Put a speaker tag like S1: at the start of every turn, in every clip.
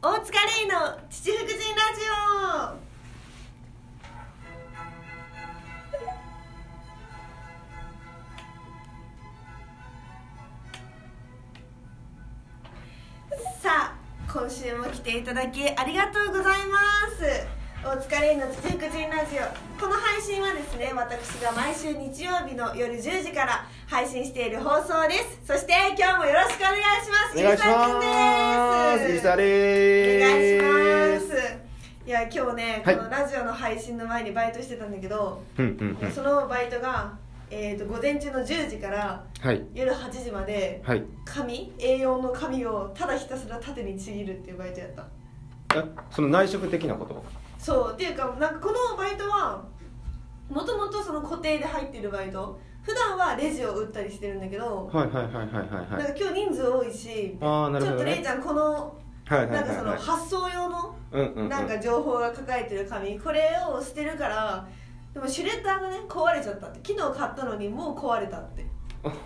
S1: 大塚レイの父福神ラジオさあ今週も来ていただきありがとうございます大塚レイの父福神ラジオこの配信はですね私が毎週日曜日の夜10時から配信している放送ですそして今日もよろしくお願いします
S2: お願いしま
S1: ゆうさんくんで
S2: す。
S1: す
S2: ゆきさ
S1: お願
S2: で
S1: い
S2: す。
S1: しますいや今日ね、
S2: はい
S1: このラジオの配信の前にバイトしてたんだけど、
S2: うんうんうん。
S1: そのバイトが、えー、と午前中の10時から
S2: はい
S1: 夜8時まで
S2: はい。
S1: 紙 A4 の紙をただひたすら縦にちぎるっていうバイトやった
S2: えその内職的なこと。
S1: そうっていうかなんかこのバイトはもともとその固定で入ってるバイト普段はレジを打ったりしてるんだけど、
S2: はいはいはいはいはい
S1: な
S2: は
S1: ん
S2: い。
S1: か今日人数多いし、
S2: ああなる
S1: ちょ
S2: ほ
S1: っ
S2: ど
S1: とレイ
S2: ね
S1: ち。ゃんこの
S2: はいはい
S1: な
S2: は
S1: んか
S2: い
S1: その
S2: はい。
S1: 発送用の
S2: うんうんうん。
S1: なんか情報が書かれてる紙これを捨てるからでもシュレッダーがね壊れちゃったって昨日買ったのにもう壊れたって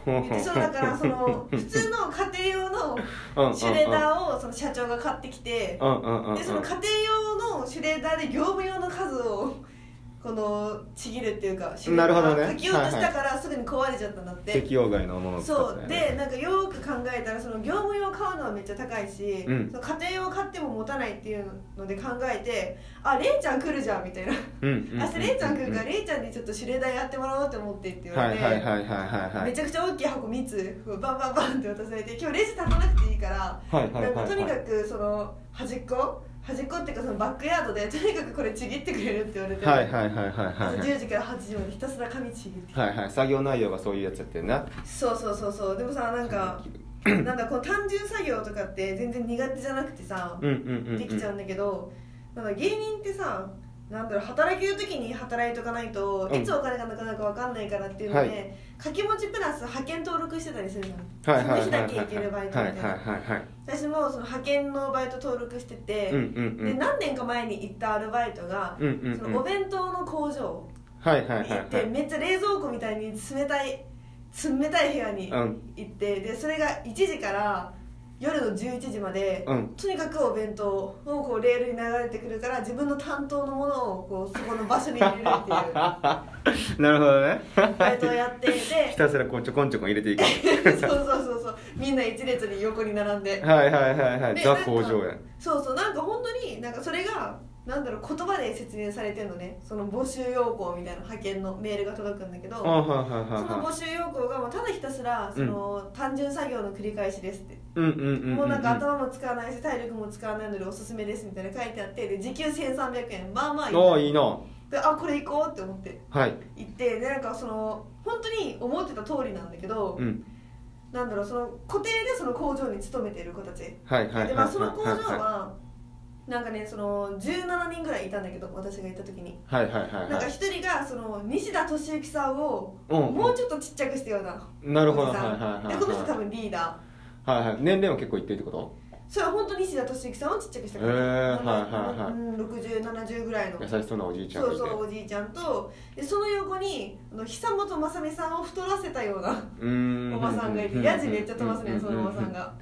S1: 言ってそうだからその普通の家庭用の
S2: の
S1: シュレッ
S2: ー。
S1: ダーをその社長が買ってきて
S2: うんうんうんうん。
S1: でその家庭用のシュレッダーで業務用の数をこのちぎるっていうかシュレッダ
S2: なるほ
S1: ー
S2: ど
S1: が
S2: ね
S1: 書き落としたからすぐに壊れちゃったんだって、
S2: 適用外のものを使
S1: そ
S2: っ
S1: う
S2: てね
S1: で。なんかよーく考えたらその業務用買うのはめっちゃ高いし、
S2: うん
S1: その家庭用買っても持たないっていうので考えてあれいちゃん来るじゃんみたいな
S2: うんうん。
S1: 明日れいちゃん来るから
S2: ね。
S1: れいちゃんにちょっとシュレーダーやってもらおうって思ってって言わ
S2: は
S1: れ
S2: い
S1: て、
S2: はいはいはいはいはい。
S1: めちゃくちゃ大きい箱3つバンバンバンって渡されて今日レジ立たなくていいから、
S2: はいはいはい
S1: なん
S2: はい。
S1: かとにかくその端っこ端っこっていうかそのバックヤードでとにかくこれちぎってくれるって言われて、
S2: はいはいはいはいはいはい。
S1: 10時から8時までひたすら紙ちぎって、
S2: はいはい。作業内容がそういうやつやってんな。
S1: そうそうそうそうでもさなんか。なんだこの単純作業とかって全然苦手じゃなくてさ
S2: うんうんうんうん。
S1: できちゃうんだけどなんか芸人ってさなんだろう働ける時に働いとかないと
S2: うん
S1: いつお金がなくなるか分かんないからっていうので、
S2: は
S1: 掛け持ちプラス派遣登録してたりするじゃん、
S2: はいはいはい
S1: そ
S2: は
S1: の
S2: い
S1: 日だけ行けるバイトみた
S2: はい
S1: い
S2: はい
S1: な、
S2: はいはい。
S1: 私もその派遣のバイト登録してて、
S2: うんうんうん
S1: で。何年か前に行ったアルバイトが、
S2: うんうんうん
S1: そのお弁当の工場
S2: はいはいは
S1: に
S2: い
S1: 行って、
S2: はい。
S1: めっちゃ冷蔵庫みたいに冷たい冷たい部屋に
S2: うん
S1: 行って、でそれが1時から夜の11時まで、
S2: うん
S1: とにかくお弁当をこうレールに流れてくるから自分の担当のものをこうそこの場所に入れるっていう
S2: なるほどね。
S1: バイトをやっていて
S2: ひたすらこうちょこんちょこん入れていく。
S1: そうそうそうそうみんな一列に横に並んで
S2: はいはいはいはい。
S1: で
S2: ザ
S1: なんか
S2: 工場や。
S1: そうそうなんか本当になんかそれがなんだろう言葉で説明されてるのねその募集要項みたいな派遣のメールが届くんだけど、
S2: あはいはいはい
S1: その
S2: は
S1: 募集要項がもうただひたすらその単純作業の繰り返しですって、
S2: い。うんうんうん。
S1: もうなんか。頭も使わないし体力も使わないのでおすすめですみたいな書いてあってで時給1300円まあまあいい
S2: ああいいな。は
S1: であこれ行こうって思って
S2: い。
S1: 行ってでなんかその本当に思ってた通りなんだけど、
S2: うん。
S1: なんだろうその固定でその工場に勤めている子たち
S2: はいはいはいはい。
S1: でまあその工場
S2: は
S1: はなんかねその17人ぐらいいたんだけど私がいた時に
S2: いはいはい
S1: なん
S2: は
S1: か
S2: い。
S1: 一人がその西田敏行さんを
S2: うん
S1: もうちょっとちっちゃくしてような
S2: なるほど
S1: おじさん
S2: はいはいはい
S1: でこの人
S2: はい
S1: 多分リーダ
S2: はいはい。年齢も結構いってるってこと？
S1: ーそれは本当に西田敏行さんをちっちゃくした
S2: へーはいはいはい
S1: 6070ぐらいの
S2: 優しそうなおじいちゃん
S1: そ
S2: が
S1: う
S2: いて。
S1: そうおじいちゃんとでその横にあの久本雅美さんを太らせたような
S2: うーん。
S1: おばさんがいてやじめっちゃ飛ばすねそのおばさん。が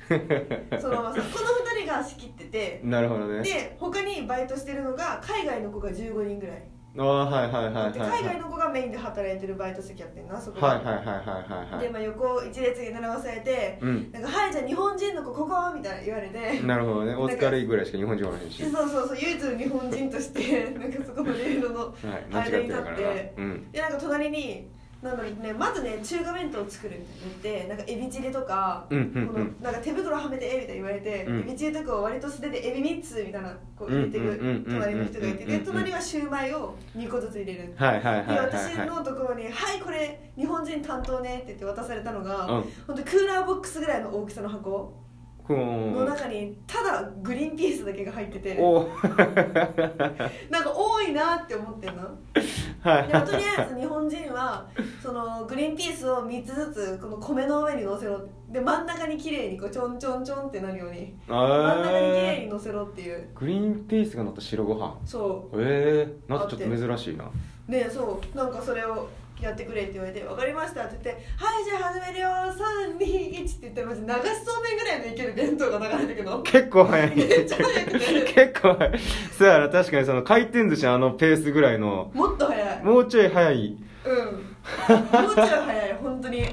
S1: そのおばさんこの2人が仕切ってて
S2: なるほどね。
S1: で他にバイトしてるのが海外の子が15人ぐらい
S2: ああはいはいはいはい。
S1: で海外の子がメインで働いてるバイト先やってんなそこで
S2: はいはいはいはいはい
S1: で
S2: はい。
S1: まあ横一列に並ばされて
S2: うん。
S1: なんか「はいじゃあ日本人の子ここ」みたいな言われて
S2: なるほどね。大塚レイぐらいしか日本人おらへんし
S1: で。そうそうそう唯一の日本人として なんかそこのレールの
S2: はい、間違ってるからな。うん。
S1: でなんか隣になんだろうねまずね中華弁当を作るみたいに言ってなんかエビチリとか、
S2: うんうんうん
S1: このなんか手袋はめてえみたいに言われて、
S2: うん
S1: エビチリとかを割と素手でエビ3つみたいなこう入れてい
S2: うんうんうんうん
S1: く隣の人がいて
S2: うんうんうん
S1: で
S2: うん
S1: 隣はシューマイを2個ずつ入れる、
S2: はいはいはいはい
S1: で私
S2: は
S1: のところに「はいこれ日本人担当ね」って言って渡されたのが、
S2: うん
S1: ほんとクーラーボックスぐらいの大きさの箱
S2: い。こ
S1: の
S2: う。
S1: 中にただグリーンピースだけが入ってて
S2: おー
S1: なんか多いなって思ってんの。
S2: はい
S1: でもとりあえず日本人はそのグリーンピースを3つずつこの米の上に乗せろで真ん中に綺麗にこうちょんちょんちょんってなるように真ん中に綺麗に
S2: あー
S1: 乗せろっていう
S2: グリーンピースが乗った白ご飯
S1: そ
S2: ええー、なんかちょっと珍しいな
S1: うねそうなんかそれをやってくれって言われて「分かりました」って言って「はいじゃあ始めるよ321」って言ってます流しそうめんぐらいのいける弁当が流れてくの
S2: 結構早い
S1: めっちゃ早くて
S2: 結構早いそうやな確かにその回転寿司のあのペースぐらいの
S1: もっと早い
S2: もうちょい早い
S1: うんもうちょい早い本当に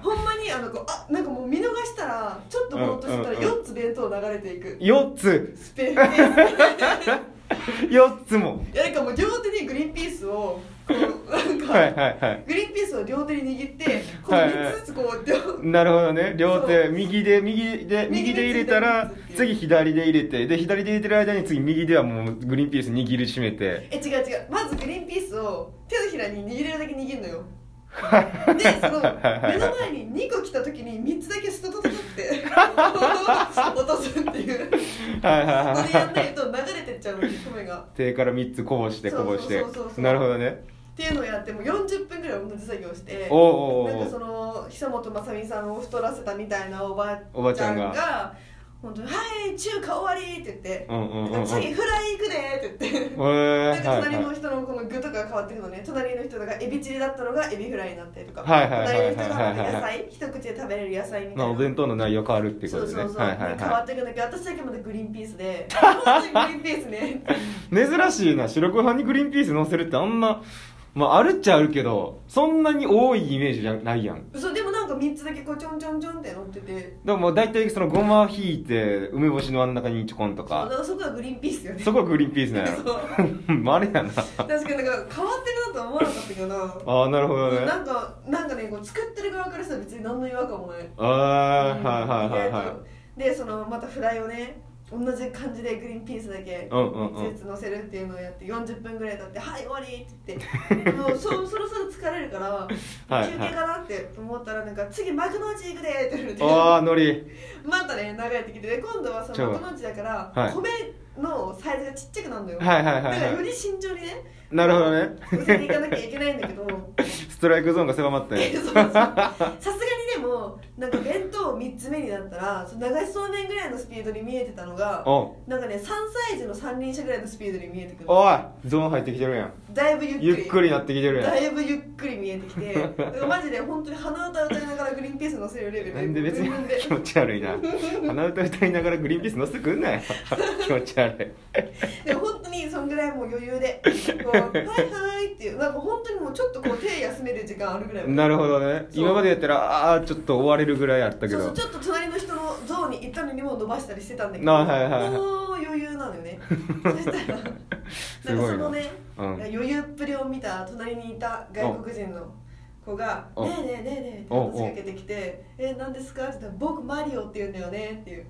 S1: ほんまにあのこうあなんかもう見逃したらちょっとぼーっとしてたら
S2: うんうんうん
S1: 4つ弁当流れていく
S2: 4 つ
S1: スペースペース
S2: 4つも
S1: いやなんかもう両手にグリーンピースをこうなんか、
S2: はいはいはい
S1: グリーンピースを両手に握ってこう
S2: はいはい
S1: 3つずつこう両
S2: なるほどね両
S1: そ
S2: 手右で右で
S1: 右
S2: 右
S1: で
S2: で入れたら
S1: 左
S2: 次左で入れてで左で入れてる間に次右ではもうグリーンピース握りしめて
S1: え違う違うまずグリーンピースを手のひらに握れるだけ握るのよでその目の前に2個来た時に3つだけストトトトって 落とすっていう
S2: はいはい
S1: そ
S2: は
S1: れ
S2: い
S1: やん
S2: は
S1: ないいと流れてっちゃうの米が
S2: 手から3つこぼしてこぼして
S1: そうそうそうそう
S2: なるほどね
S1: っていうのをやってもう40分ぐらい同じ作業して
S2: おうおうおう
S1: なんかその久本雅美さんを太らせたみたいなおばあ
S2: おばあ
S1: ち
S2: ち
S1: ゃ
S2: ゃ
S1: ん
S2: ん
S1: が
S2: が
S1: 本当に「はい中華終わり」って言って
S2: うんうんうん
S1: 「
S2: うん
S1: 次フライ行くね」って言って。
S2: え
S1: なんか
S2: はい
S1: 隣
S2: は
S1: の
S2: い
S1: 人のこの具とかが変わってくのね隣の人がエビチリだったのがエビフライになったりとか
S2: はいはいはいはいは
S1: 隣の
S2: い
S1: 人がまた野菜一口で食べれる野菜みたい
S2: ま
S1: な
S2: あお弁当の内容変わるっていう
S1: そ
S2: こ
S1: う
S2: と
S1: そう
S2: で
S1: そう、
S2: ねはいはい
S1: 変わ
S2: は
S1: ってくるんだけど私だけまだグリーンピース で本当にグリーンピースね
S2: い珍しいな白ご飯にグリーンピース乗せるってあんままああるっちゃあるけどそんなに多いイメージじゃないやん
S1: そうでもなんか3つだけこうちょんちょんちょんって乗ってて
S2: でももう大体そのごまをひいて梅干しの真ん中にちょこん
S1: そ
S2: と
S1: うだ
S2: か
S1: からそこはグリーンピースよね
S2: そこはグリーンピースなんや
S1: そう
S2: ろまああれやな
S1: 確かになんか変わってるなとは思わなかったけどな
S2: ああなるほどね
S1: なんかなんかねこう作ってる側からしたら別に何の違和感もない
S2: ああはいはいはいはい
S1: いでそのまたフライをね同じ感じでグリーンピースだけ
S2: うんうんうん
S1: 3つ乗せるっていうのをやって40分ぐらい経って「はい終わり!」って言 ってもうそそろそろ疲れるから
S2: はい
S1: 休憩かなって思ったらなんか「次幕の内行くで!」って言われて
S2: ああのり
S1: またね流れてきてで今度はそ
S2: ちょ
S1: の
S2: っと
S1: 幕の内だから、
S2: はい
S1: 米のサイズがちっちゃくなるのよ、
S2: はいはいは
S1: だ
S2: い
S1: から
S2: は
S1: よ
S2: い
S1: り慎重にね
S2: なるほどね
S1: 乗せていかなきゃいけないんだけど
S2: ストライクゾーンが狭まった
S1: え
S2: ね
S1: そうそうさすがにでもなんか弁当3つ目になったらその流しそうめんぐらいのスピードに見えてたのが
S2: おん
S1: なんかね3歳児の三輪車ぐらいのスピードに見えてくる
S2: おいゾーン入ってきてるやん
S1: だいぶゆっくり
S2: ゆっくりなってきてるや
S1: だ
S2: ん
S1: いぶゆっくり見えてきてだからマジで本当に鼻歌歌いながらグリーンピース乗せるレベル
S2: なんで別に
S1: ブンブンで
S2: 気持ち悪い な鼻歌歌いながらグリーンピース乗せてくんなよ 気持ち悪
S1: でも本当にそんぐらいもう余裕でこ うはいはいっていうなんか本当にもうちょっとこう手休める時間あるぐらい
S2: いなるほどね
S1: そう
S2: 今までやったらああーちょっと終われるぐらいあったけ
S1: そうそ
S2: ど
S1: うちょっと隣の人の像に行ったのにも伸ばしたりしてたんだけど
S2: あはいはいはい
S1: もう余裕なのよ ねそしたらなんかそのね、
S2: すごいなうん
S1: 余裕っぷりを見た隣にいた外国人の子が「
S2: お
S1: ねえねえねえねえ」って
S2: お
S1: 話しかけてきて「え何ですか?」って言ったら「僕マリオって言うんだよね」っていう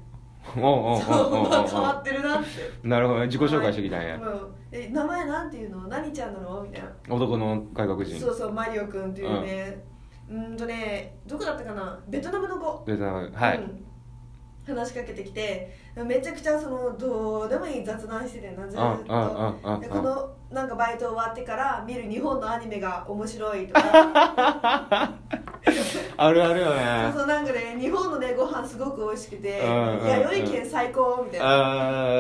S2: おう
S1: そ
S2: おうおうお
S1: う
S2: う
S1: まあ変わ
S2: お
S1: ってるなって
S2: うなるほどね自己紹介してきたんや
S1: うんえ名前なんていうの何ちゃんなのみたいな
S2: 男の外国人
S1: そうそうマリオくんっていうねうんんとねどこだったかなベトナムの子
S2: ベトナムはい、
S1: うん話しかけてきてめちゃくちゃそのどうでもいい雑談しててなずっ
S2: うんうんうんうんう
S1: と
S2: ん
S1: でこのなんかバイト終わってから見る日本のアニメが面白いとか
S2: あるあるよ
S1: そう
S2: ね
S1: そうなんかね日本のねご飯すごく美味しくて
S2: うんうんうん
S1: 弥生県最高みたいな
S2: あ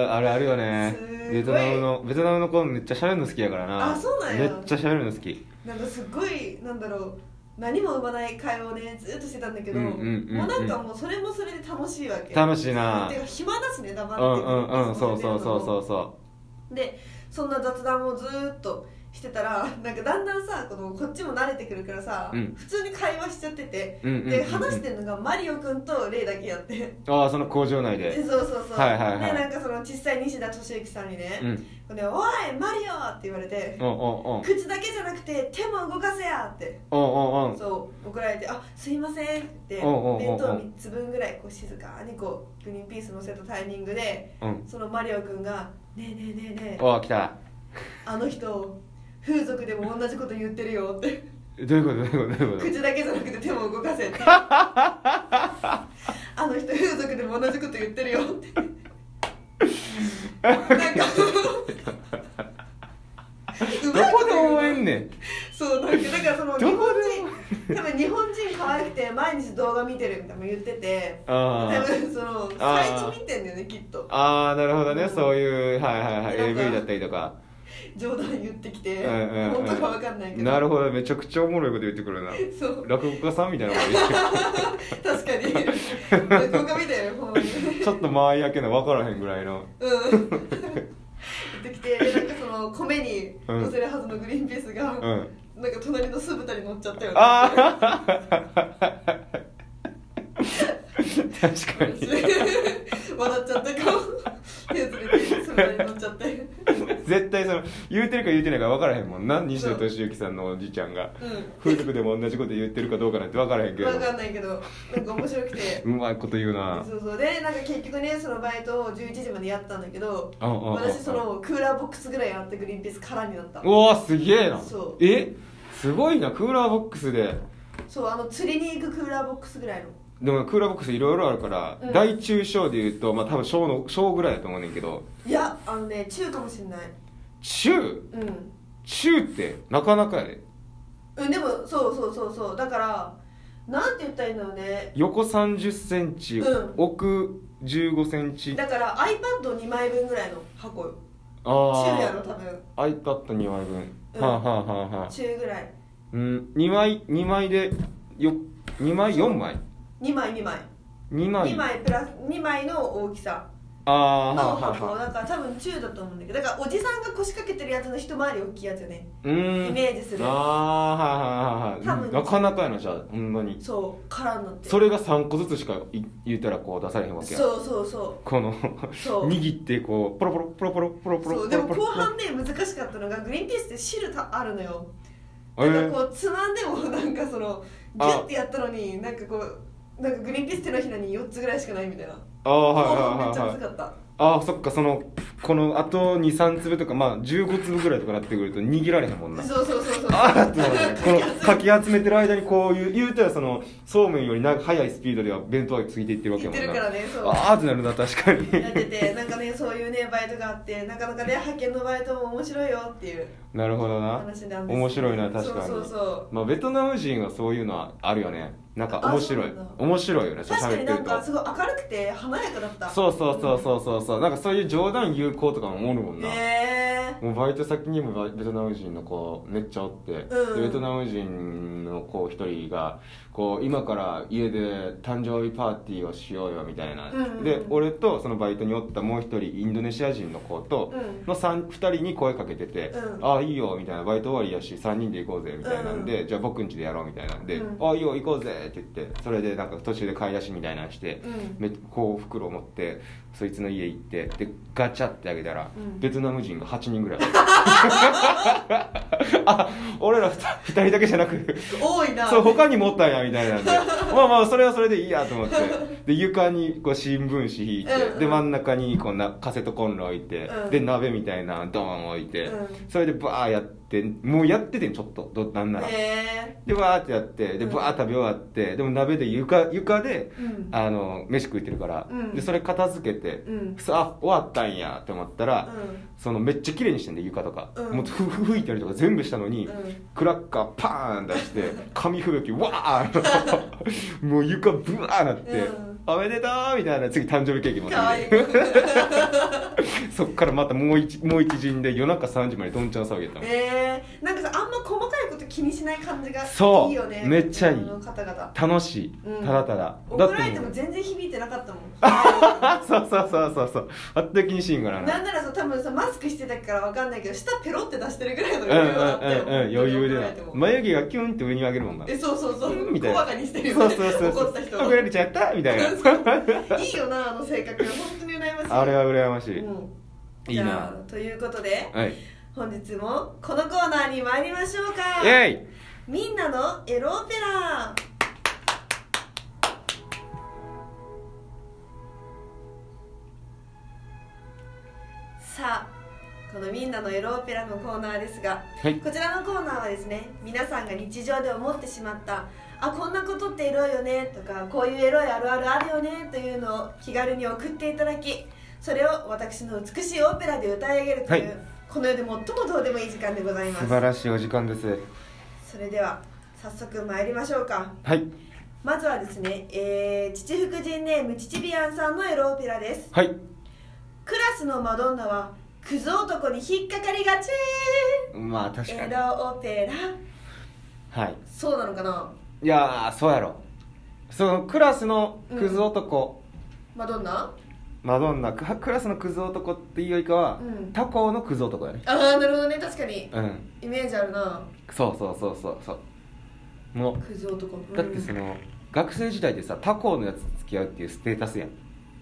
S2: ーあるあるよね
S1: すごい
S2: ベトナムのベトナムの子めっちゃ喋るの好きやからな
S1: あそうなんや
S2: めっちゃ喋るの好き
S1: なんかすごいなんだろう何も生まない会話をねずっとしてたんだけど、
S2: うんうんうんうん
S1: もうなんかもうそれもそれで楽しいわけ
S2: 楽しいな
S1: てか暇だしね
S2: う
S1: 黙って
S2: んうんうんそうそうそう
S1: う
S2: そうそ
S1: でそんな雑談をずーっとしてたらなんかだんだんさこのこっちも慣れてくるからさ、
S2: うん
S1: 普通に会話しちゃってて、
S2: うんうんうんうん
S1: で話してるのがマリオくんとレイだけやって
S2: うああその工場内
S1: そう
S2: で
S1: そうそう、
S2: はいはいはい
S1: でなんかその小さい西田敏行さんにね
S2: う
S1: 「
S2: ん
S1: でおいマリオ!」って言われて
S2: おんおんおん
S1: 口だけじゃなくて手も動かせやって
S2: おんおんおん
S1: そう怒られて「あすいません」って
S2: おうおうおうおう
S1: 弁当3つ分ぐらいこう静かにこうグリーンピース乗せたタイミングで
S2: うん
S1: そのマリオくんが「ねえねえねえねえ
S2: おー来た
S1: あの人風俗でも同じこと言ってるよって
S2: どういうことどういうことどういうこと
S1: 口だけじゃなくて手も動か せってあの人風俗でも同じこと言ってるよ ってなんかうまい
S2: ど
S1: こ
S2: ことで
S1: 言う
S2: 応援ねん
S1: そうなんかだからその日
S2: ど
S1: 本
S2: こ
S1: 人多分日本人可愛くて毎日動画見てるみたいなの言ってて多
S2: あー
S1: 分そのサイト見てんだよねきっと
S2: あーなるほどねそういうはいはいはい
S1: なんか
S2: AV だったりとか
S1: 冗談言ってきて、
S2: うんうんうん
S1: 本当か分かんないけど
S2: なるほどめちゃくちゃおもろいこと言ってくるな
S1: そう
S2: 落語家さんみたいなこと言って
S1: 確かに落語家みたいなほんまに
S2: くるちょっと間合いやけな分からへんぐらいの
S1: うん言ってきてなんかその米に乗せるはずのグリーンピースが、
S2: うん
S1: なんか隣の酢豚に乗っちゃったよね
S2: ああ 確かに
S1: 笑っちゃった顔手ずれて酢豚に乗っちゃって
S2: 絶対その言うてるか言うてないか分からへんもんな西野俊之さんのおじいちゃんが
S1: う
S2: 風俗でも同じこと言ってるかどうかなんて分からへん
S1: ん
S2: けど
S1: 分かんないけどなんか面白くて
S2: うまいこと言うな
S1: そうそうでなんか結局ねそのバイトを11時までやったんだけど
S2: あああ
S1: 私そのクーラーボックスぐらいあったグリーンピース空になった
S2: うわすげえな
S1: そう
S2: えすごいなクーラーボックスで
S1: そうあの釣りに行くクーラーボックスぐらいの
S2: でもクーラーボックスいろいろあるから、
S1: うん
S2: 大中小でいうとまあ多分小の小ぐらいだと思うねんけど
S1: いやあのね中かもしんない
S2: 中
S1: うん
S2: 中ってなかなかやで
S1: うんでもそうそうそうそうだからなんて言ったらいいんだろうね
S2: 横3 0ンチ、
S1: うん
S2: 奥1 5ンチ
S1: だから iPad2 枚分ぐらいの箱よ中やろ
S2: あ
S1: 多分
S2: あ iPad2 枚分、
S1: うん
S2: はあはあはあはあ
S1: 中ぐらい
S2: うん2枚2枚でよ2枚4枚
S1: 2枚2枚
S2: 2枚
S1: 2枚プラス2枚の大きさ
S2: ああ
S1: の
S2: はあはあ
S1: 箱
S2: はあ
S1: だから多分中だと思うんだけどだからおじさんが腰掛けてるやつの一回り大きいやつよね
S2: うーん
S1: イメージする
S2: ああはいはいはい
S1: 多
S2: はい
S1: 分
S2: うんなかなかやなじゃあほんまに
S1: そうからになって
S2: それが3個ずつしかい言うたらこう出されへんわけや
S1: そうそうそ
S2: この
S1: うそう
S2: 握ってこうポロポロポロポロポロポロ
S1: そう
S2: ポ
S1: で
S2: ロ
S1: も
S2: ポロ
S1: 後半ね難しかったのがグリーンピースって汁たあるのよ
S2: え
S1: だから
S2: ー
S1: こうつまんでもなんかそのギ
S2: あ
S1: ュッてやったのになんかこうなんかグリーンピース手のひらに4つぐらいしかないみたいな
S2: ああ
S1: 後半
S2: はい
S1: めっ
S2: はい
S1: ちゃ
S2: はい
S1: む
S2: はい
S1: ずかった
S2: ああそっかそのこのあと23粒とかまあ15粒ぐらいとかなってくると握られへんもんな
S1: そうそうそうそう
S2: あーってなるねこ のかき集めてる間にこういう言うたらそのそうめんよりな速いスピードでは弁当がついていってるわけ
S1: 言
S2: や
S1: っ
S2: も
S1: てる
S2: んな
S1: からねそう
S2: ああってなるな確かに
S1: やっててなんかねそういうねバイトがあってなかなかね派遣のバイトも面白いよっていう
S2: なるほどな
S1: 話なんですよ
S2: 面白いな確かに
S1: そうそうそ
S2: まあ、ベトナム人はそういうのはあるよねなんか
S1: あ
S2: 面白い
S1: そうなんだ
S2: 面白いよね
S1: う確かになんか
S2: 喋
S1: すごい明るくて華やかだった
S2: そうそうそうそうそうそうなんかそういう冗談有効とかもおるもんな、
S1: へえ
S2: もうバイト先にもバイベトナム人の子めっちゃおって、
S1: うん
S2: でベトナム人の子一人がこう今から家で誕生日パーティーをしようよみたいな、
S1: うんうんうん
S2: で俺とそのバイトにおったもう一人インドネシア人の子と
S1: うん
S2: の3 2人に声かけてて
S1: う
S2: 「
S1: ん
S2: ああいいよ」みたいな「バイト終わりやし3人で行こうぜ」みたいなんで、じゃあ僕ん家でやろう」みたいなんで「
S1: うん
S2: ああいいよ行こうぜ」って言ってそれでなんか途中で買い出しみたいなのして、
S1: うん
S2: めこう袋を持ってそいつの家行ってでガチャって開けたら、
S1: うん
S2: ベトナム人が8人ぐらい あ俺ら 2, 人だけじゃなく
S1: 多いな
S2: そう他にもおったんやみた いなんでまあまあそれはそれでいいやと思ってで床にこう新聞紙引いて、
S1: うんうん
S2: で真ん中にこんなカセットコンロ置いて、
S1: うん
S2: で鍋みたいなのドーン置いて、
S1: うん
S2: それでバーやってもうやっててんちょっとどなんなら、
S1: へ
S2: でバーってやってで
S1: うん
S2: バー食べ終わってでも鍋で床床で
S1: えうん
S2: あの飯食いてるから、
S1: うん
S2: でそれ片付けて、
S1: うん
S2: さあ終わったんやって思ったら、そのめっちゃ綺麗にしてんで床とか、
S1: うん
S2: もうふふ吹いたりとか全部したのに、
S1: うん
S2: クラッカーパーン出して紙吹雪わ ーもう床ブワーなって、
S1: うん
S2: おめでとうみたいな次誕生日ケーキ
S1: うん
S2: もって
S1: かわいい
S2: そっからまたもう一もう一陣で夜中3時までどんちゃん騒ぎやったの
S1: えー、なんかさあんま細かいこと気にしない感じが
S2: そう
S1: いいよね
S2: めっちゃいい
S1: あの方々
S2: 楽しい、
S1: うん
S2: ただただだ
S1: 怒られても全然響いてなかったもん
S2: あそうそうそうそうそうあった気にしんからな
S1: なんならさ多分さマスクしてたからわかんないけど舌ペロって出してるぐらいの
S2: うんうん
S1: 余裕はあったよ
S2: うんうん余裕で
S1: 怒ら
S2: な
S1: れても
S2: 眉毛がキュンって上に上げるもんな
S1: えそうそうそう
S2: うんみた
S1: 小
S2: いな
S1: バカにしてる
S2: そ
S1: よ
S2: う
S1: ね
S2: そうそうそう
S1: 怒った人
S2: 怒られちゃったみたいな
S1: いいよなあの性格本当に羨ましい
S2: あれは羨まし
S1: う
S2: い、
S1: ん
S2: いい
S1: じゃ
S2: な
S1: あということで
S2: はい
S1: 本日もこのコーナーに参りましょうか
S2: イェイ
S1: みんなのエロオペラさあこの「みんなのエロオペラ」のコーナーですが
S2: はい
S1: こちらのコーナーはですね皆さんが日常で思ってしまったあこんなことってエロいよねとかこういうエロいあるあるあるよねというのを気軽に送っていただきそれを私の美しいオペラで歌い上げるという、
S2: はい
S1: この世で最もどうでもいい時間でございます
S2: 素晴らしいお時間です
S1: それでは早速参りましょうか
S2: はい
S1: まずはですね、えー、父福神ネームチチビアンさんのエロオペラです
S2: はい
S1: クラスのマドンナはクズ男に引っかかりがち
S2: まあ確か
S1: エ
S2: に
S1: ロオペラ
S2: はい
S1: そうなのかない
S2: やーそうやろそのクラスのクズ男、
S1: マドンナ
S2: マドンナククラスのクズ男っていうよりかは、
S1: うん
S2: 他校のクズ男やね
S1: ああなるほどね確かに
S2: うん
S1: イメージあるな
S2: そうそうそうそうそうも
S1: クズ男、うん
S2: うだってその、学生時代でさ他校のやつと付き合うっていうステータスやん、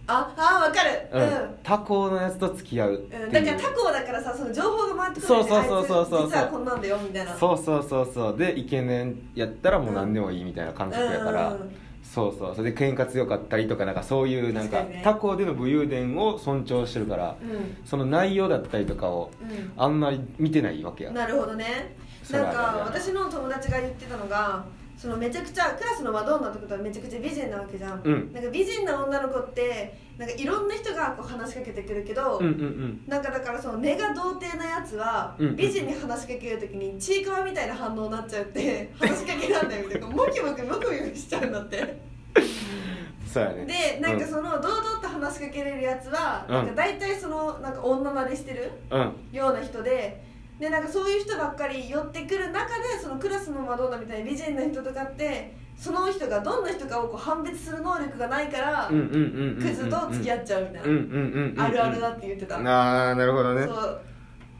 S1: ああーわかるうん、
S2: 他校のやつと付き合うっていう、
S1: うんだから他校だからさその情報が回ってくるよね
S2: そうそうそうそうそう
S1: あいつ実はこんなんだよみたいな
S2: そうそうそうそうでイケメンやったらもう何でもいいみたいな感覚やから、
S1: うんうんうん
S2: そうそうそれで喧嘩強かったりとかなんかそういうなんか
S1: 確かにね
S2: 他校での武勇伝を尊重してるから
S1: う
S2: その内容だったりとかを
S1: んうん
S2: あんまり見てないわけや
S1: なるほどね
S2: そ
S1: な
S2: れ
S1: ん
S2: はある
S1: か
S2: よね
S1: 私の友達が言ってたのがそのめちゃくちゃクラスのマドンナってことはめちゃくちゃ美人なわけじゃん、
S2: うん
S1: なんか美人な女の子ってなんかいろんな人がこう話しかけてくるけど、
S2: うんうんうん
S1: なんかだからその根が童貞なやつは
S2: うん
S1: 美人に話しかけるときにちいかわみたいな反応になっちゃって話しかけらんないみたいなモキモキモキモキしちゃうんだって
S2: そうやね
S1: でなんかその堂々と話しかけれるやつは
S2: うん
S1: なんか大体そのなんか女慣れしてる
S2: うん、うん、
S1: ような人ででなんかそういう人ばっかり寄ってくる中でそのクラスのマドンナみたいな美人な人とかってその人がどんな人かをこう判別する能力がないから、
S2: うんうんうんうんうん
S1: クズと付き合っちゃうみたいな、
S2: うんうんうんうん
S1: あるあるだって言ってた、
S2: ああなるほどね
S1: そう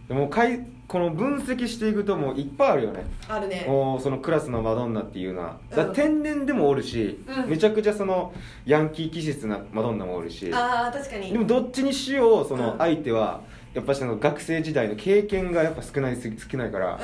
S2: でもかいこの分析していくともういっぱいあるよね
S1: あるね
S2: もうそのクラスのマドンナっていうのはだから
S1: うん
S2: 天然でもおるし、
S1: うん
S2: めちゃくちゃそのヤンキー気質なマドンナもおるし
S1: あー確かに
S2: でもどっちにしようそ
S1: うん
S2: の相手はやっぱその学生時代の経験がやっぱ少ないすぎ少ないから、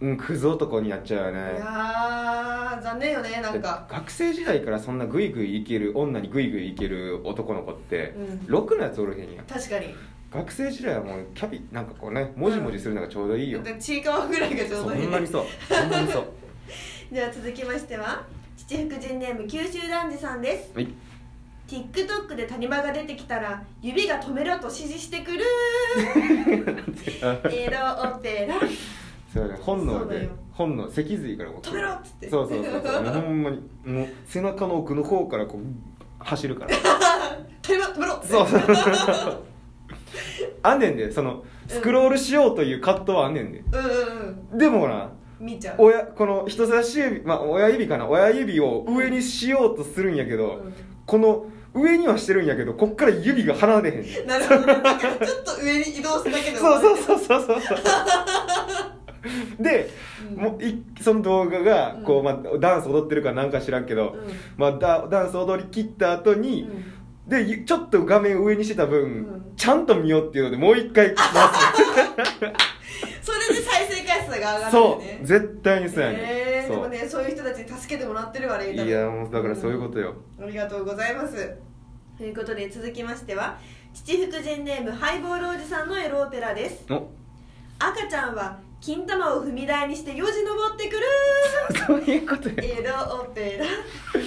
S1: う
S2: うん、クズ男になっちゃうよ
S1: んい
S2: ね
S1: やー残念よねなんか
S2: 学生時代からそんなグイグイいける女にグイグイいける男の子って、
S1: うん
S2: ろくなやつおるへんやん
S1: 確かに
S2: 学生時代はもうキャビなんかこうねもじもじするのがちょうどいいよ、
S1: だってちいかわぐらいがちょう
S2: そ
S1: どいいね
S2: んなにそうそんなにそう
S1: では続きましては七福神ネーム九州男児さんです
S2: はい
S1: TikTok で谷間が出てきたら指が止めろと指示して くるエロオペラ
S2: そうだね本能
S1: そうだ
S2: で
S1: よ
S2: 本能脊髄から僕
S1: 止めろっつって
S2: そうそうそうそうもうほんまにもう背中の奥の方からこう走るから
S1: 谷間止めろっつって
S2: そうそうあんねんでそのスクロールしようという葛藤はあんねんで、
S1: うんうんうん
S2: でもな
S1: 見ちゃう
S2: 親この人差し指まあ親指かな親指を上にしようとするんやけど、
S1: うん
S2: この上にはしてるんやけどこっから指が離れへんねん
S1: なるほどだからちょっと上に移動するだ けでも
S2: そうそうそうそうそうで、
S1: うん
S2: もういその動画が
S1: うん
S2: こう、まあ、ダンス踊ってるかなんか知らんけど、
S1: うん
S2: まあ、ダダンス踊り切った後に、
S1: うん
S2: でゆちょっと画面上にしてた分、
S1: うん
S2: ちゃんと見ようっていうのでもう 一回回す
S1: それで再生回数が上がるよ
S2: そ
S1: ね
S2: う絶対にそうやねん、
S1: えーで
S2: そ
S1: も
S2: う、
S1: ねそういう人たちに助けてもらってるわね
S2: いやもうだからそういうことよ、
S1: ありがとうございますということで続きましては父福神ネームハイボールおじさんのエロオペラです
S2: お
S1: 赤ちゃんは金玉を踏み台にしてよじ登ってく る
S2: そういうこと よ
S1: エロオペラ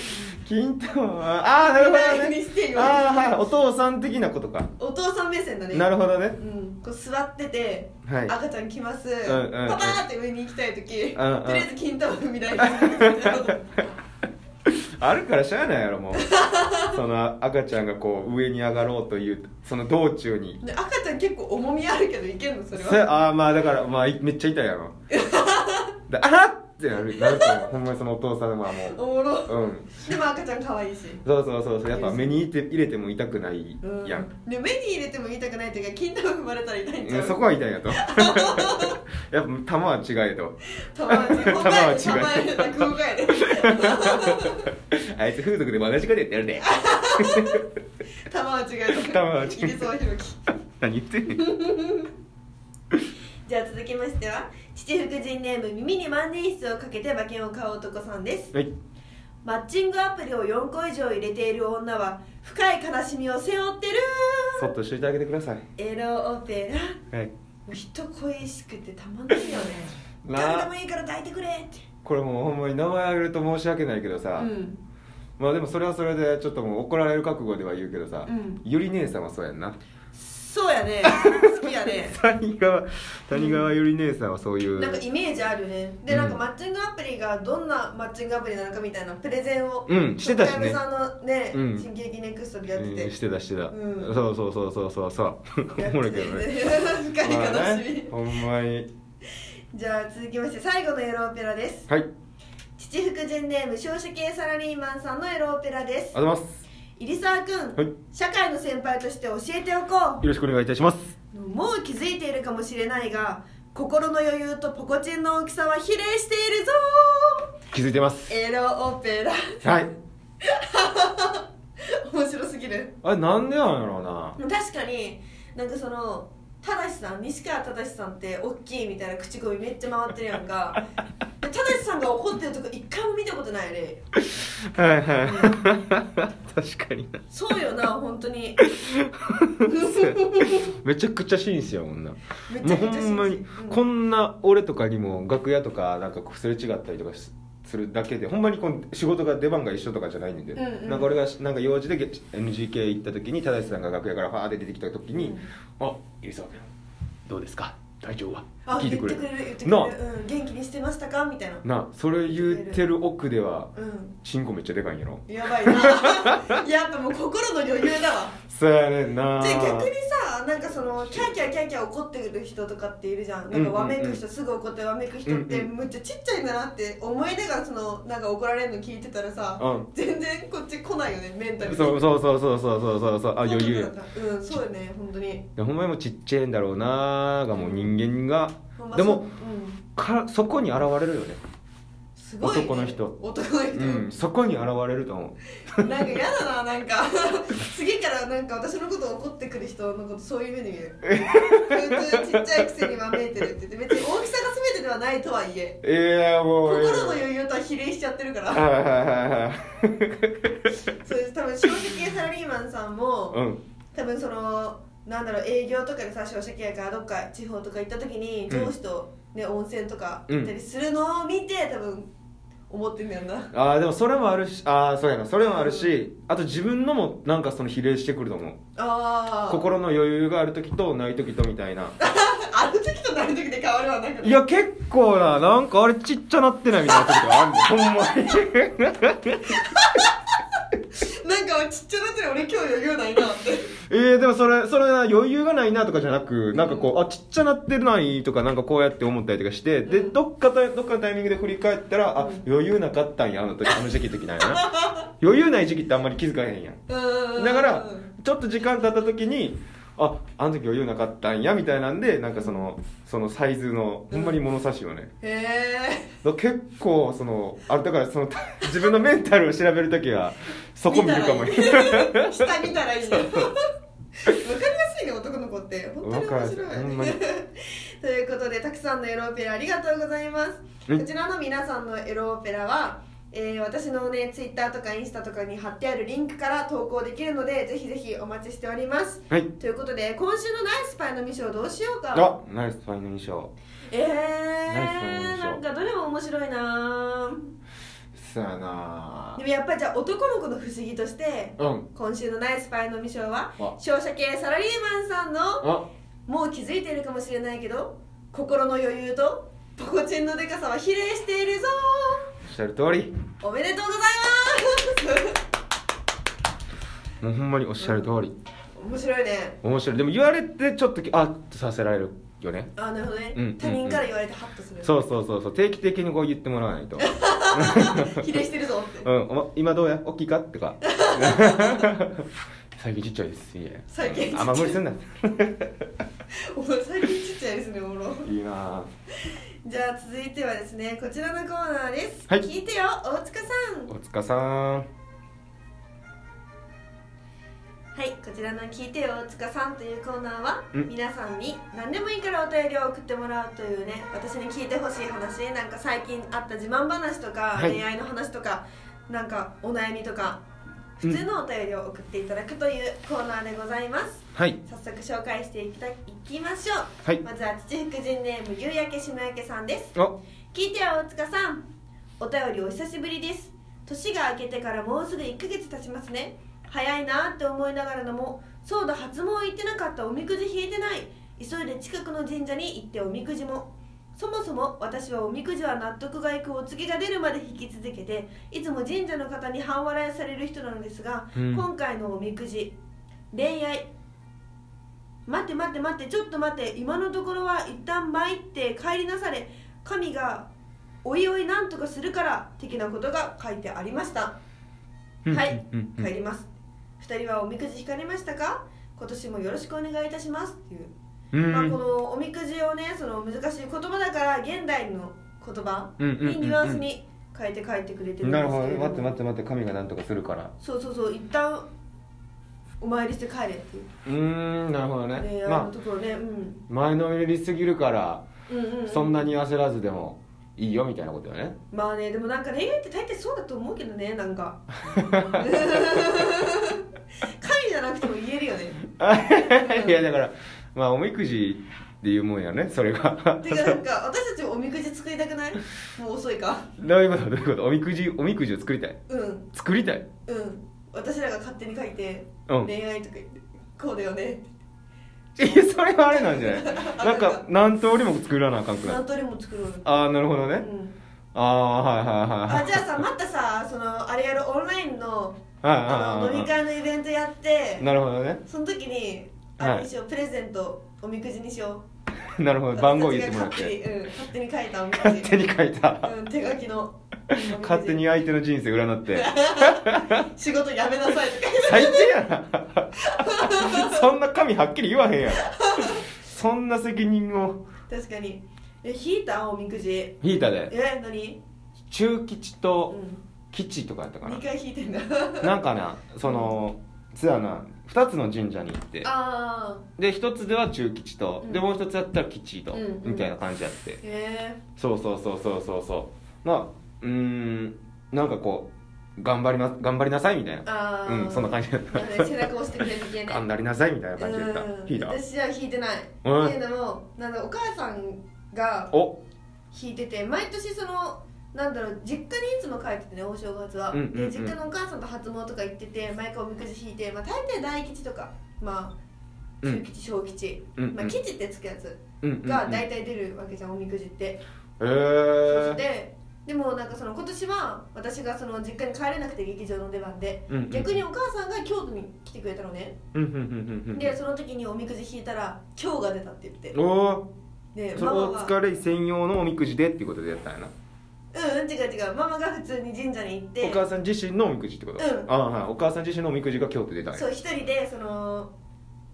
S2: 金玉はああなる
S1: 踏み
S2: ほ ど
S1: 台に
S2: ね
S1: してよ
S2: ああはいお父さん的なことか、
S1: お父さん目線だね
S2: なるほどね
S1: うん、こう座ってて、
S2: はい
S1: 赤ちゃん来ます、
S2: んうんうん
S1: パパーって上に行きたい時、
S2: んうん
S1: とりあえず金玉踏み台にしてよじ登ってくる
S2: あるからしゃあないやろもうその赤ちゃんがこう上に上がろうというその道中に
S1: で赤ちゃん結構重みあるけどいけんのそれは
S2: そああまあだから、まあ、いめっちゃ痛いやろであらってなるな るからほんまにそのお父さんはも
S1: おもろ
S2: ううん
S1: でも赤ちゃん可愛いし
S2: そうそうそうそうやっぱ目に入れて入れても痛くない
S1: うん
S2: やん、
S1: で目に入れても痛くないというか金玉踏まれたら痛いんち
S2: え
S1: ゃう
S2: そこは痛いやと やっぱ玉は違えと
S1: 玉は違う
S2: 玉は違う
S1: 玉は落語家やで
S2: あいつ風俗でも同じことやってやるで
S1: 玉は違う
S2: 玉は違う
S1: 入れそうひろき
S2: 何言ってんねん
S1: じゃあ続きましては父福神ネーム耳に万年筆をかけて馬券を買う男さんです
S2: はい
S1: マッチングアプリを4個以上入れている女は深い悲しみを背負ってる
S2: そっとしといてあげてください
S1: エロオペラも
S2: はいう
S1: 人恋しくてたまんないよね
S2: な
S1: 誰でもいいから抱いてくれって
S2: これもうほんまに名前挙げると申し訳ないけどさ、
S1: うん
S2: まあでもそれはそれでちょっともう怒られる覚悟では言うけどさ、
S1: うん
S2: ゆり姉さんはそうやんな
S1: そうやね好きやね
S2: 谷川谷川ゆり姉さんはそういう
S1: なんかイメージあるねで、
S2: うん
S1: なんかマッチングアプリがどんなマッチングアプリなのかみたいなプレゼンを、
S2: うんしてたしね
S1: 小籔さんのね、
S2: うん
S1: 新喜劇ネクストでやってて、
S2: えーしてたしてた、
S1: うん
S2: そうそうそうそうそうそう
S1: や
S2: お
S1: ってて
S2: もろいけどね
S1: 確かに
S2: まあ
S1: 悲しみ、
S2: ねほんまに
S1: じゃあ続きまして最後のエロオペラです
S2: はいありがとう
S1: 父福神ネーム少子系サラリーマンさんのエロオペラです
S2: ございます
S1: 入澤君、
S2: はいよ
S1: 社会の先輩として教えておこ
S2: ろしくお願いいたします
S1: うもう気づいているかもしれないが心の余裕とポコチンの大きさは比例しているぞ
S2: 気づいてます
S1: エロオペラ
S2: はい
S1: 面白すぎる
S2: あれなんでなんやろうな
S1: 確かになんかそのただしさん西川ただしさんって大きいみたいな口コミめっちゃ回ってるやん かただしさんが怒ってるとこ一回も見たことないよね
S2: はいはい確かに な
S1: そうよな本当に
S2: めちゃくちゃ紳士やもんな
S1: めち
S2: もう
S1: ゃく
S2: ほ
S1: ちゃ
S2: んまに
S1: うん
S2: こんな俺とかにも楽屋とかなんかこうすれ違ったりとかしするだけでほんまにこの仕事が出番が一緒とかじゃないんで、
S1: うんうん
S2: なんか俺がなんか用事で NGK 行った時に正さんが楽屋からファーって出てきた時に
S1: うん
S2: 「あゆりさんどうですか体調は?」
S1: あ
S2: 聞いて
S1: 言
S2: く
S1: っ
S2: れ
S1: て
S2: る
S1: くれる言ってくれる、
S2: な
S1: うん、元気にしてましたかみたいな
S2: なあそれ言ってる奥では
S1: うん
S2: チンコめっちゃでかいんやろ
S1: やばいな やっぱもう心の余裕だわ
S2: そうやねんな
S1: で逆にさなんかそのキャーキャーキャーキャー怒ってる人とかっているじゃんなんかわめく人、すぐ怒ってわめく人って
S2: うん
S1: むっちゃちっちゃいんだなって思いながらそのなんか怒られるの聞いてたらさ、
S2: うん
S1: 全然こっち来ないよねメンタルに
S2: そうそうそうそうそうそうそうそうあ余
S1: そ
S2: 裕
S1: うなんだうんそうよね本当に
S2: でほんまにもうちっちゃいんだろうなーがもう人間が
S1: ほんま
S2: で
S1: そうう
S2: も
S1: ん、
S2: かそこに現れるよね
S1: すごい、ね、
S2: 男の人
S1: 男の人、
S2: うんそこに現れると思
S1: なんか嫌だななんか 次からなんか私のこと怒ってくる人のことそういう目で見る 普通ちっちゃいくせにわめいてるって言って別に大きさが全てではないとはいえ
S2: ういやもう
S1: 心の余裕とは比例しちゃってるか
S2: はい
S1: ら
S2: はいはいはい
S1: そうです多分正直サラリーマンさんも
S2: うん
S1: 多分そのなんだろう営業とかでさ正直やからどっか地方とか行った時に
S2: うん
S1: 上司と、ね温泉とか行ったりするのを見て多分思ってんだよな
S2: ああでもそれもあるしああそうやなそれもあるしあと自分のもなんかその比例してくると思う
S1: ああ
S2: 心の余裕がある時とない時とみたいな
S1: あの時となる時で変わるわなんか
S2: いや結構ななんかあれちっちゃなってないみたいな時があんのほんまに
S1: なんかちっちゃなって俺今日余裕ないなって
S2: えー、でもそれそれな余裕がないなとかじゃなくなんかこうあちっちゃなってるないとかなんかこうやって思ったりとかして、で
S1: うん
S2: どっかたどっかのタイミングで振り返ったら、あ
S1: うん
S2: 余裕なかったんやあの時あの時期の時なんや な余裕ない時期ってあんまり気づかへんやんだからちょっと時間経った時にああの時余裕なかったんやみたいなんでなんかそのそのサイズのほんまに物差しをね、
S1: へえ
S2: だから結構そのあれだからその 自分のメンタルを調べる時はそこ見るかも
S1: 見
S2: ね
S1: たらいい下見たらいいねわかりやすいね男の子って本当に面白い
S2: わかるほんまに
S1: ということでたくさんのエロオペラありがとうございます
S2: うん
S1: こちらの皆さんのエロオペラは、えー私のねツイッターとかインスタとかに貼ってあるリンクから投稿できるのでぜひぜひお待ちしております
S2: はい
S1: ということで今週のナイスパイのミショーどうしようか
S2: あナイスファイナル賞
S1: え
S2: ナ
S1: ー、
S2: イスパイの
S1: なんかどれも面白いな
S2: そうやな
S1: でもやっぱりじゃあ男の子の不思議として
S2: うん
S1: 今週のナイスパイのミショーは
S2: あ
S1: 商社系サラリーマンさんの
S2: あ
S1: もう気づいているかもしれないけど心の余裕とポコチンのデカさは比例しているぞ
S2: おっしゃる通り
S1: おめでとうございます
S2: もうほんまにおっしゃる通り、
S1: 面白いね
S2: 面白いでも言われてちょっとあっとさせられるよね
S1: あなるほどね、
S2: うん
S1: 他人から言われてハッとする、
S2: そうそうそうそう定期的にこう言ってもらわない と
S1: 比例してるぞって
S2: うんおま今どうや大きいかとか 最近ちっちゃいですいや
S1: 最近ちっちゃい
S2: あんま無理すんない
S1: お前最近ちっちゃいですねおもろ
S2: いなあ
S1: じゃあ続いてはですねこちらのコーナーです、
S2: はい
S1: 聞いてよ大塚さん
S2: おつかさん
S1: はいこちらの「聞いてよ大塚さん」というコーナーは
S2: うん
S1: 皆さんに何でもいいからお便りを送ってもらうというね私に聞いてほしい話なんか最近あった自慢話とか、
S2: はい
S1: 恋愛の話とかなんかお悩みとか普通のお便りを送っていただくというコーナーでございます、
S2: はい
S1: 早速紹介していきたいきましょう
S2: はい
S1: まずは父福神ネーム夕焼けしもやけさんです
S2: あ
S1: 聞いてよ大塚さんお便りお久しぶりです年が明けてからもうすぐ1ヶ月経ちますね早いなって思いながらのもそうだ初詣行ってなかったおみくじ引いてない急いで近くの神社に行っておみくじもそもそも私はおみくじは納得がいくお告げが出るまで引き続けていつも神社の方に半笑いされる人なのですが、
S2: うん
S1: 今回のおみくじ恋愛待って待って待ってちょっと待って今のところは一旦参って帰りなされ神がおいおいなんとかするから的なことが書いてありました
S2: うん
S1: はい
S2: うんうん
S1: 帰ります二人はおみくじ引かれましたか今年もよろしくお願いいたしますっていう
S2: うん
S1: まあ、このおみくじをねその難しい言葉だから現代の言葉
S2: うんうんうんうん
S1: にニュアンスに変えて書いてくれてるんで
S2: な
S1: すけれ
S2: る
S1: ど
S2: ほ
S1: も
S2: ど待って待って待って神が何とかするから
S1: そうそうそう一旦お参りして帰れっていう
S2: うーんなるほどね
S1: 恋愛の
S2: ま
S1: ところね、
S2: あ前のめりすぎるから
S1: うん、うんうんうん
S2: そんなに焦らずでもいいよみたいなことよね
S1: まあねでもなんか恋愛って大体そうだと思うけどねなん か神じゃなくても言えるよね
S2: いやだからまあおみくじっていうもんやねそれが
S1: てかなんか私たちおみくじ作りたくないもう遅いか
S2: どういうことどういうことおみくじおみくじを作りたい
S1: うん
S2: 作りたい
S1: うん私らが勝手に書いて
S2: うん
S1: 恋愛とか言ってこうだよね
S2: えそれはあれなんじゃないなんか何通りも作らなあかんくな
S1: 何
S2: る
S1: 通りも作ろうよ、
S2: ああなるほど
S1: う
S2: ね
S1: ん、
S2: ああはいはいは
S1: あ
S2: い
S1: じゃあさまたさそのあれやるオンラインのあ
S2: あ
S1: の飲み会のイベントやって
S2: なるほどね
S1: その時にあれにしよう、プレゼントおみくじにしよ
S2: なるほ
S1: う
S2: ど番号言ってもらっ
S1: 私たち
S2: て
S1: が勝手に,、うん、勝手に書いたおみく
S2: 勝
S1: じ
S2: 手に書いた
S1: うん、手書きの
S2: 勝手に相手の人生占って
S1: 仕事やめなさいとか
S2: 最低やなそんな神はっきり言わへんやろそんな責任を
S1: 確かにえ引いたおみくじ
S2: 引いたで
S1: え何、
S2: 中吉
S1: う
S2: と
S1: ん、
S2: 吉とかやったかな
S1: 2回引いてんだ
S2: なんかなそのつやな2つの神社に行って
S1: ああ
S2: で1つでは中吉と、
S1: うん
S2: でもう1つやったら吉と、
S1: うん
S2: みたいな感じやって
S1: へ
S2: そうそうそうそうそうそうまあうーんなんかこう頑張りな頑張りなさいみたい
S1: え
S2: な
S1: ああ
S2: うんそんな感じだっ
S1: だね背中押してくれる系ね
S2: た頑張りなさいみたいな感じだった
S1: うん
S2: 引いた
S1: 私は引いてない、
S2: うん
S1: っていうのもなんだお母さんが
S2: お
S1: 引いてて毎年そのなんだろう実家にいつも帰っててねお正月は、
S2: うんうんうん
S1: で実家のお母さんと初詣とか行ってて毎回おみくじ引いて、まあ、大抵大吉とかまあ
S2: うん
S1: 中吉小吉、
S2: うんうん
S1: まあ、吉ってつくやつ
S2: うんうんうん
S1: が大体出るわけじゃん、おみくじって、
S2: え
S1: そう
S2: ー
S1: ででもなんかその今年は私がその実家に帰れなくて劇場の出番で、
S2: うんうん
S1: 逆にお母さんが京都に来てくれたのね、
S2: うんうんうんうん
S1: でその時におみくじ引いたら「今日が出た」って言って
S2: うんお
S1: で
S2: ーそ
S1: ママ
S2: こ
S1: は
S2: 疲れ専用のおみくじでっていうことでやったんやな
S1: うんうん違う違うママが普通に神社に行って
S2: お母さん自身のおみくじってこと
S1: うん
S2: ああはいお母さん自身のおみくじが京都出たんや
S1: そう一人でその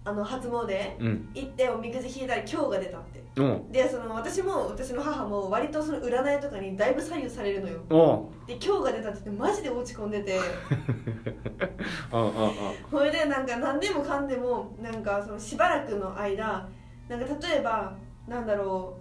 S1: あの初詣
S2: うん
S1: 行っておみくじ引いたら「今日が出た」って
S2: うん
S1: でその私も私の母も割とその占いとかにだいぶ左右されるのよ
S2: お
S1: で「今日が出た」って言ってマジで落ち込んでて
S2: あああ
S1: それでなんか何でもかんでもなんかそのしばらくの間なんか例えばなんだろ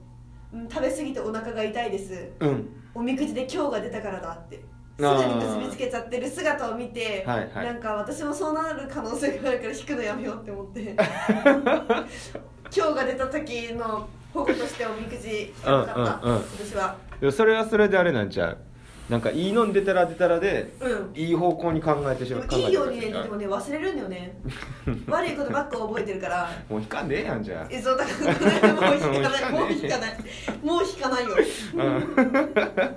S1: ううん食べ過ぎてお腹が痛いです
S2: うん
S1: おみくじで今日が出たからだってすぐ
S2: あー
S1: に結びつけちゃってる姿を見て、
S2: はいはい
S1: なんか私もそうなる可能性があるから引くのやめようって思って 今日が出た時の保護としておみくじやばかった、
S2: うんうんうん
S1: 私はい
S2: やそれはそれであれなんちゃうなんかいいのん出たら出たらで
S1: うん
S2: いい方向に考えてし
S1: で
S2: まう
S1: も
S2: 考え
S1: いい
S2: て
S1: ようにねでもね忘れるんだよね 悪いことばっか覚えてるから
S2: もう引かんでええやんじゃ
S1: えそうだからもう引かないもう引かないもう引かないよ
S2: あ、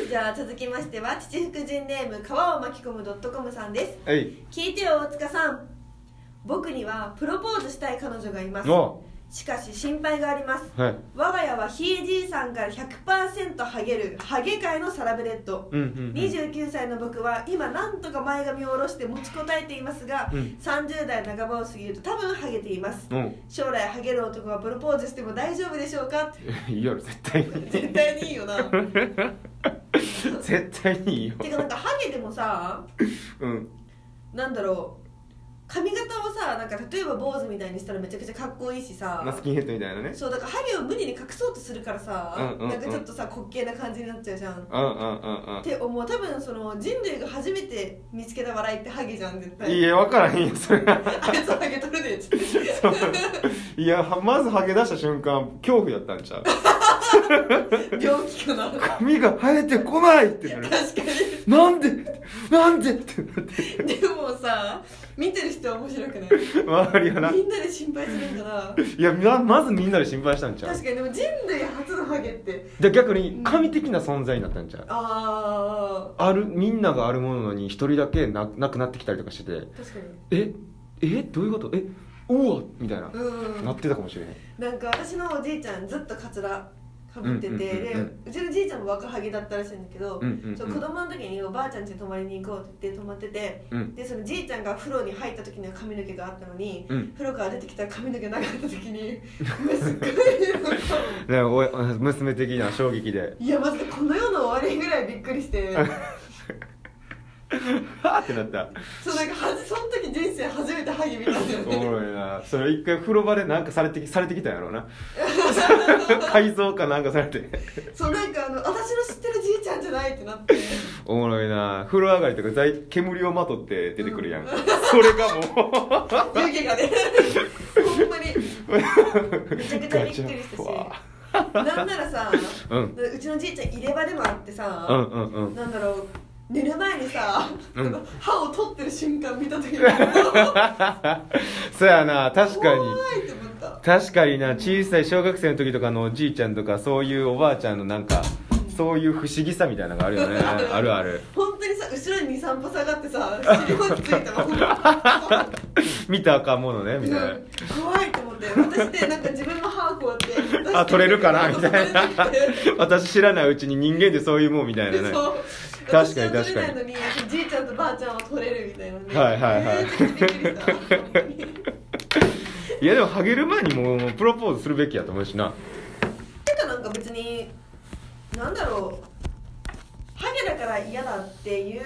S2: うん、
S1: じゃあ続きましては父福神ネーム川を巻き込む .com さんです
S2: えい
S1: 聞いてよ大塚さん僕にはプロポーズしたい彼女がいます
S2: お
S1: しかし心配があります
S2: はい
S1: 我が家はひいじいさんから100%ハゲるハゲ界のサラブレッド
S2: うんうん、うん、
S1: 29歳の僕は今なんとか前髪を下ろして持ちこたえていますが、
S2: うん
S1: 30代半ばを過ぎると多分ハゲています
S2: うん
S1: 将来ハゲる男がプロポーズしても大丈夫でしょうか
S2: いいやろ絶対 に
S1: 絶対にいいよなて
S2: 絶対にいいよ
S1: かなんかハゲでもさ
S2: うん
S1: なんだろう髪型をさなんか例えば坊主みたいにしたらめちゃくちゃかっこいいしさ
S2: マスキンヘッドみたいなね
S1: そうだからハゲを無理に隠そうとするからさ、
S2: うんうんうん
S1: なんかちょっとさ滑稽な感じになっちゃうじゃん
S2: うんうんうん
S1: っ
S2: う
S1: て思う多分その人類が初めて見つけた笑いってハゲじゃん絶
S2: ん
S1: 対
S2: いや分からへんよそれは
S1: あいつハゲとるでちょっと
S2: そういやはまずハゲ出した瞬間恐怖やったんちゃう
S1: 病気かな確
S2: 髪が生えてこないってなる
S1: か
S2: なんでなんでってなって
S1: にでもさ見てる人は面白くない
S2: 周りはな
S1: みんなで心配するんだない
S2: やままずみんなで心配したんちゃう
S1: 確かにでも人類初のハゲって
S2: で逆に神的な存在になったんちゃう
S1: あ
S2: あるみんながあるものに一人だけななくなってきたりとかしてて
S1: あ確かに
S2: ええどういうことえおおみたいな、
S1: うん
S2: なってたかもしれへん
S1: なんか私のおじいちゃんずっとカツラかぶってて、
S2: うんうんうんうん
S1: でうちのじいちゃんも若ハゲだったらしいんだけど、
S2: うんうんうん
S1: そう子供の時におばあちゃん家に泊まりに行こうって言って泊まってて
S2: うん
S1: でそのじいちゃんが風呂に入った時には髪の毛があったのに、
S2: うん
S1: 風呂から出てきたら髪の毛なかった時に もうすっごいなんか
S2: ねおい娘的な衝撃で
S1: いやまずこの世の終わりぐらいびっくり して
S2: はあってなった
S1: そうなんかはじその時人生初めてハゲ見たんだよ
S2: お
S1: ね
S2: もろいなそれ一回風呂場でなんかされてきされてきたんや ろうな改造かなんかされて
S1: そうなんかあの私の知ってるじいちゃんじゃないってなって
S2: おもろいな風呂上がりとか在煙をまとって出てくるやん、それがもう
S1: 湯気がねほんまにめちゃくちゃびっくりしたし
S2: うわ
S1: なんならさ、
S2: う
S1: うんちのじいちゃん入れ歯でもあって
S2: う
S1: さ、
S2: んうんうん
S1: なんだろう寝る前にさ、
S2: うん
S1: その歯を取ってる瞬間見た時に怖
S2: そやな確かに
S1: いって思った
S2: 確かにな小さい小学生の時とかのおじいちゃんとかそういうおばあちゃんのなんかそういう不思議さみたいなのがある よねあるある
S1: 本当にさ後ろに23歩下がってさ尻尾についた まま
S2: 見たかものね
S1: う
S2: み
S1: ん
S2: たいな
S1: 怖いって思って私ってなんか自分の歯をこうやって出してみて
S2: あ取れるかなみたいな
S1: 取れてきて
S2: 私知らないうちに人間ってそういうもんみたいなね
S1: そう
S2: 確かに
S1: 私は取れないのにじいちゃんとばあちゃんは取れるみたいなね
S2: はいはいはい
S1: えーびっくりした本当に
S2: いやでもハゲる前にもうプロポーズするべきやと思うしな
S1: てかなんか別になんだろうハゲだから嫌だっていう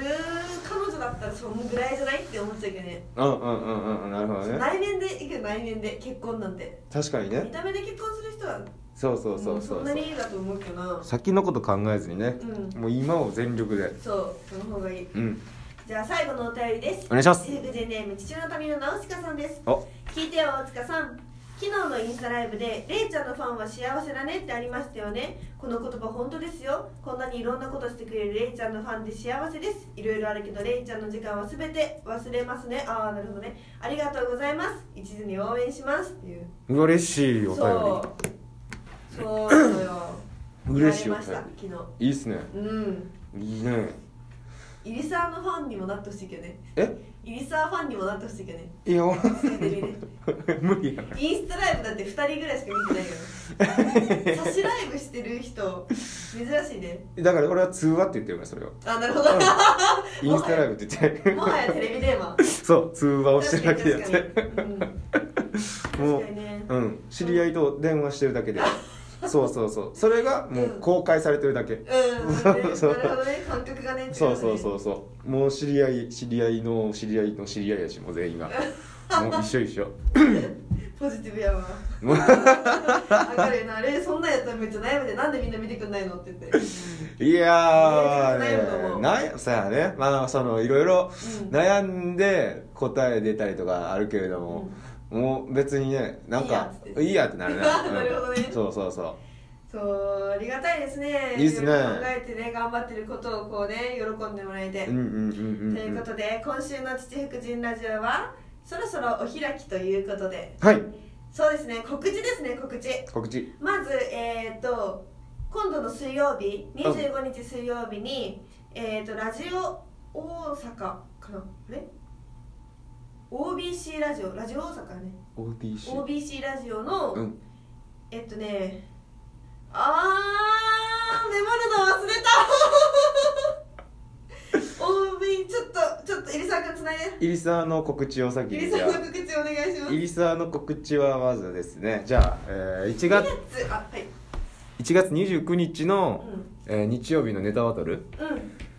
S1: 彼女だったらそのぐらいじゃないって思っちゃうけどね
S2: うんうんうんうんなるほどね
S1: 内面でいいけど内面で結婚なんて
S2: 確かに
S1: 見
S2: ね
S1: た目で結婚する人は
S2: そうそうそうそ
S1: ん
S2: う
S1: な
S2: そう
S1: にだと思うけどな
S2: 先のこと考えずにね
S1: うん
S2: もう今を全力で
S1: そうその方がいい
S2: うん
S1: じゃあ最後のお便りです
S2: お願いします
S1: 中国人ネーム父の旅のナウシカさんです
S2: お
S1: 聞いてよ大塚さん昨日のインスタライブで「れいちゃんのファンは幸せだね」ってありましたよねこの言葉本当ですよこんなにいろんなことしてくれるれいちゃんのファンで幸せですいろいろあるけどれいちゃんの時間は全て忘れますねああなるほどねありがとうございます一途に応援しますっていう
S2: 嬉しいお
S1: そ
S2: 便
S1: うそうなのよ
S2: り嬉しい
S1: 言
S2: お
S1: われました
S2: 便
S1: 昨
S2: りいいっすね
S1: 日うん
S2: いいね
S1: イリサーのファンにもなってほしいけどね
S2: え
S1: イリサーファンにもなってほしいけどね
S2: いや俺
S1: つけてるね
S2: 無理や な
S1: インスタライブだって2人ぐらいしか見てないよ 差しライブしてる人珍しいね
S2: だから俺は通話って言ってるか らそれを
S1: あなるほど
S2: インスタライブって言って
S1: もはやテレビ電話
S2: そう通話をしてるだけでやっ
S1: 確
S2: て
S1: かにうん
S2: も
S1: 確かにね
S2: ううん知り合いと電話してるだけでそうそうそうそれがもう公開されてるだけ
S1: うんなる
S2: そう
S1: ほどね感覚がね違うね
S2: そうそうそうそうもう知り合い知り合いの知り合いの知り合いやしもう全員がもう一緒一緒
S1: ポジティブやわ
S2: も
S1: 明
S2: う
S1: るいなあれそんなんやったらめっちゃ悩むでなんでみんな見てくんないのって言って
S2: いやーね
S1: 悩むと思う
S2: 悩そうやねまあそのいろいろ
S1: うん
S2: 悩んで答え出たりとかあるけれども、もう別にねなんかい
S1: い
S2: いやってなる な
S1: なるほどね
S2: うんそうそうそう
S1: そうありがたいですね
S2: いいっすね
S1: ろろ考えてね頑張ってることをこうね喜んでもらえて、
S2: うんうんうんうん、うん、
S1: ということで今週の父福神ラジオはそろそろお開きということで
S2: はい
S1: そうですね告知ですね告知
S2: 告知
S1: まずえっ、と今度の水曜日25日水曜日に、えっ、とラジオ大阪かなあれ OBC ラジオラジオ大阪ね
S2: OBC
S1: OBC ラジオの、
S2: うん
S1: えっとねあーメモるの忘れた OB ちょっとちょっと入澤君つないで
S2: イリサーの告知を先
S1: 入
S2: にじ
S1: 澤
S2: ゃ
S1: の告知お願いしま
S2: あ
S1: す
S2: イリサーの告知はまずですねじゃあ、えー、1月
S1: 2あはい
S2: 1月29日の、
S1: う
S2: えー日曜日のネタバト
S1: ん
S2: ル
S1: うん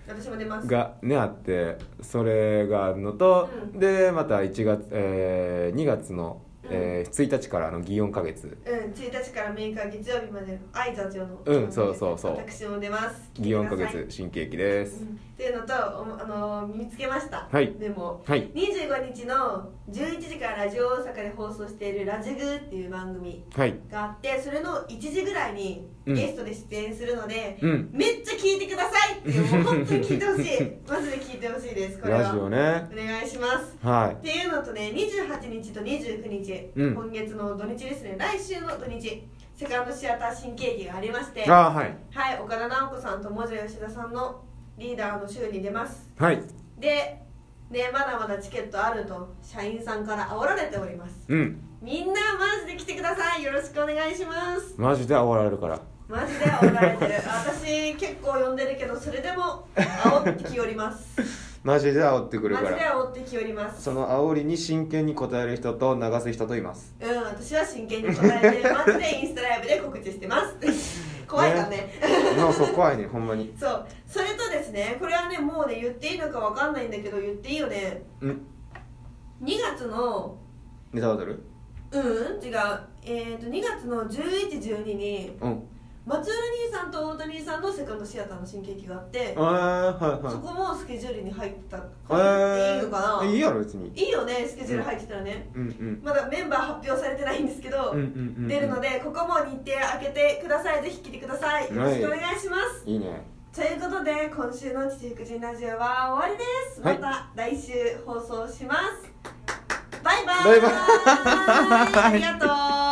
S1: 私も出ます
S2: がねあってそれがあるのと、
S1: うん
S2: でまた1月、えー、2月の、えー1日からあの祇園花月
S1: うん、1日から6日月曜日まで挨拶をの
S2: うんそうそうそう
S1: 私も出ます
S2: 祇園花
S1: 聞いて
S2: 月新喜劇で
S1: ください
S2: す
S1: うんっていうのとおもあのー見つけました
S2: はい
S1: でも
S2: はい
S1: 25日の11時からラジオ大阪で放送している「ラジグ」っていう番組
S2: はい
S1: があってそれの1時ぐらいに
S2: うん
S1: ゲストで出演するので、
S2: うん
S1: めっちゃ聞いてくださいっていうもう本当に聞いてほしいマジで聞いてほしいですこれは
S2: ラジオね
S1: お願いします
S2: は
S1: っていうのとね28日と29日、
S2: うん
S1: 今月の土日ですね来週の土日セカンドシアター新喜劇がありまして
S2: いあーはい
S1: はい岡田直子さんと文字吉田さんのリーダーの週に出ます
S2: はい
S1: でねまだまだチケットあると社員さんから煽られております
S2: うん
S1: みんなマジで来てくださいよろしくお願いします
S2: マジで煽られるから
S1: マジで煽ら れてる私結構呼んでるけどそれでも煽ってきよります
S2: マジで煽ってくる
S1: マ
S2: か
S1: ジで
S2: ら
S1: 煽ってきよります
S2: その煽りに真剣に答える人と流す人と います
S1: うん私は真剣に答えてマジでインスタライブで告知してます 怖いからね
S2: もうそう怖いねほんまに
S1: そうそれとですねこれはねもうね言っていいのかわかんないんだけど言っていいよね
S2: うん
S1: 2月の
S2: ネタバトル
S1: うん違うえっ、と2月の1112に
S2: うん
S1: 松浦兄さんと大谷さんのセカンドシアターの新喜劇があって
S2: ああはい
S1: そ
S2: は
S1: こもスケジュールに入った
S2: い
S1: からいいのか
S2: え
S1: な
S2: ーいい
S1: い
S2: やろ別に
S1: いよねスケジュール入ってたらね
S2: うんうん
S1: まだメンバー発表されてないんですけど、
S2: うんうんうんうん
S1: 出るのでここも日程開けてくださいぜひ来てくださいよろしくお願いします、
S2: いいね
S1: ということで今週の「父福神ラジオ」は終わりです
S2: は
S1: ま
S2: い
S1: た来週放送します、バイバ
S2: バ
S1: イ
S2: イバイ
S1: ありがとう